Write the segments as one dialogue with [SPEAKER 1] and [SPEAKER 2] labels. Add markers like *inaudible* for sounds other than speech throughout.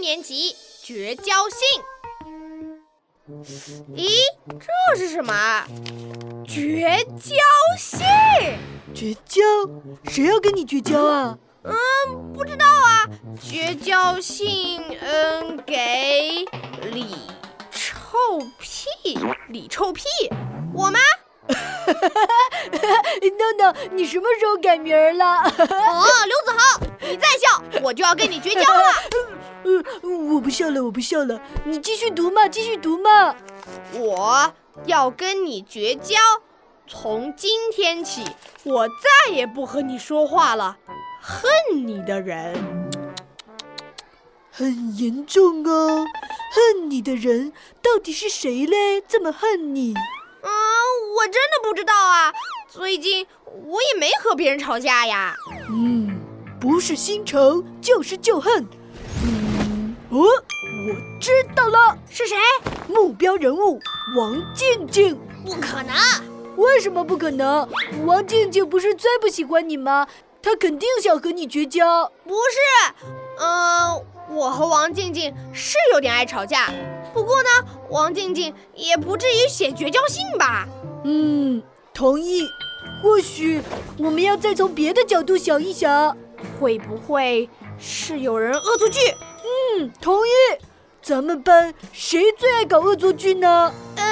[SPEAKER 1] 年级绝交信。咦，这是什么啊？绝交信？
[SPEAKER 2] 绝交？谁要跟你绝交 *laughs* 啊？
[SPEAKER 1] 嗯，不知道啊。绝交信，嗯，给李臭屁，李臭屁，我吗？
[SPEAKER 2] 闹闹，你什么时候改名儿了？
[SPEAKER 1] 哦，刘子豪，你再笑，我就要跟你绝交了。
[SPEAKER 2] *laughs* 呃，我不笑了，我不笑了，你继续读嘛，继续读嘛。
[SPEAKER 1] 我要跟你绝交，从今天起，我再也不和你说话了。恨你的人，
[SPEAKER 2] 很严重哦，恨你的人到底是谁嘞？这么恨你？
[SPEAKER 1] 嗯，我真的不知道啊。最近我也没和别人吵架呀。
[SPEAKER 2] 嗯，不是新仇就是旧恨。嗯，哦，我知道了，
[SPEAKER 1] 是谁？
[SPEAKER 2] 目标人物王静静。
[SPEAKER 1] 不可能！
[SPEAKER 2] 为什么不可能？王静静不是最不喜欢你吗？她肯定想和你绝交。
[SPEAKER 1] 不是，嗯，我和王静静是有点爱吵架，不过呢，王静静也不至于写绝交信吧？
[SPEAKER 2] 嗯，同意。或许我们要再从别的角度想一想。
[SPEAKER 1] 会不会是有人恶作剧？
[SPEAKER 2] 嗯，同意。咱们班谁最爱搞恶作剧呢？
[SPEAKER 1] 呃，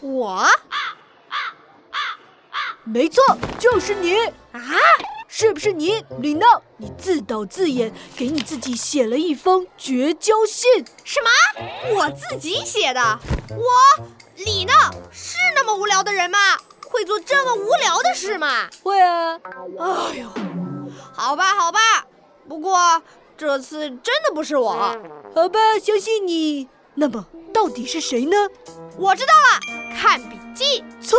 [SPEAKER 1] 我
[SPEAKER 2] 没错，就是你。
[SPEAKER 1] 啊，
[SPEAKER 2] 是不是你，李闹？你自导自演，给你自己写了一封绝交信。
[SPEAKER 1] 什么？我自己写的？我李呢？是那么无聊的人吗？会做这么无聊的事吗？
[SPEAKER 2] 会啊，
[SPEAKER 1] 哎呦，好吧，好吧，不过这次真的不是我，
[SPEAKER 2] 好吧，相信你。那么到底是谁呢？
[SPEAKER 1] 我知道了，看笔记。
[SPEAKER 2] 聪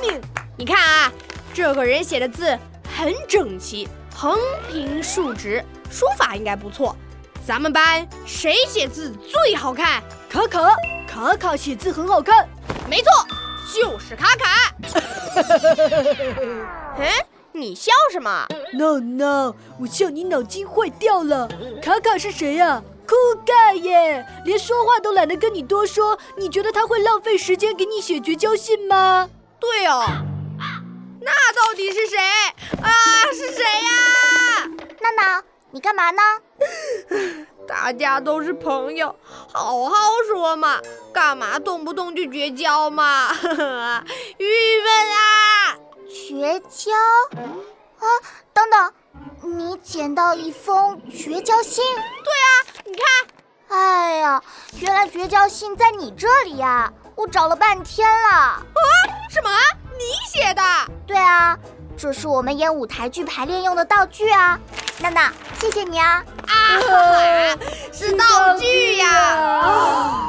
[SPEAKER 2] 明，
[SPEAKER 1] 你看啊，这个人写的字很整齐，横平竖直，书法应该不错。咱们班谁写字最好看？
[SPEAKER 2] 卡卡卡卡写字很好看。
[SPEAKER 1] 没错，就是卡卡。 *laughs* 哎，你笑什么？
[SPEAKER 2] No no，我笑你脑筋坏掉了。卡卡是谁呀、酷盖耶，连说话都懒得跟你多说。你觉得他会浪费时间给你写绝交信吗？
[SPEAKER 1] 对哦，那到底是谁啊？是谁呀、
[SPEAKER 3] 闹闹，你干嘛呢？
[SPEAKER 1] 大家都是朋友，好好说嘛，干嘛动不动就绝交嘛？ *laughs* 郁闷啊！
[SPEAKER 3] 绝交？啊，等等，你捡到一封绝交信？
[SPEAKER 1] 啊你看，
[SPEAKER 3] 哎呀，原来绝交信在你这里呀、我找了半天了。
[SPEAKER 1] 什么？你写的？
[SPEAKER 3] 对啊，这是我们演舞台剧排练用的道具啊。娜娜，谢谢你啊。
[SPEAKER 1] 啊，是道具呀、
[SPEAKER 2] 啊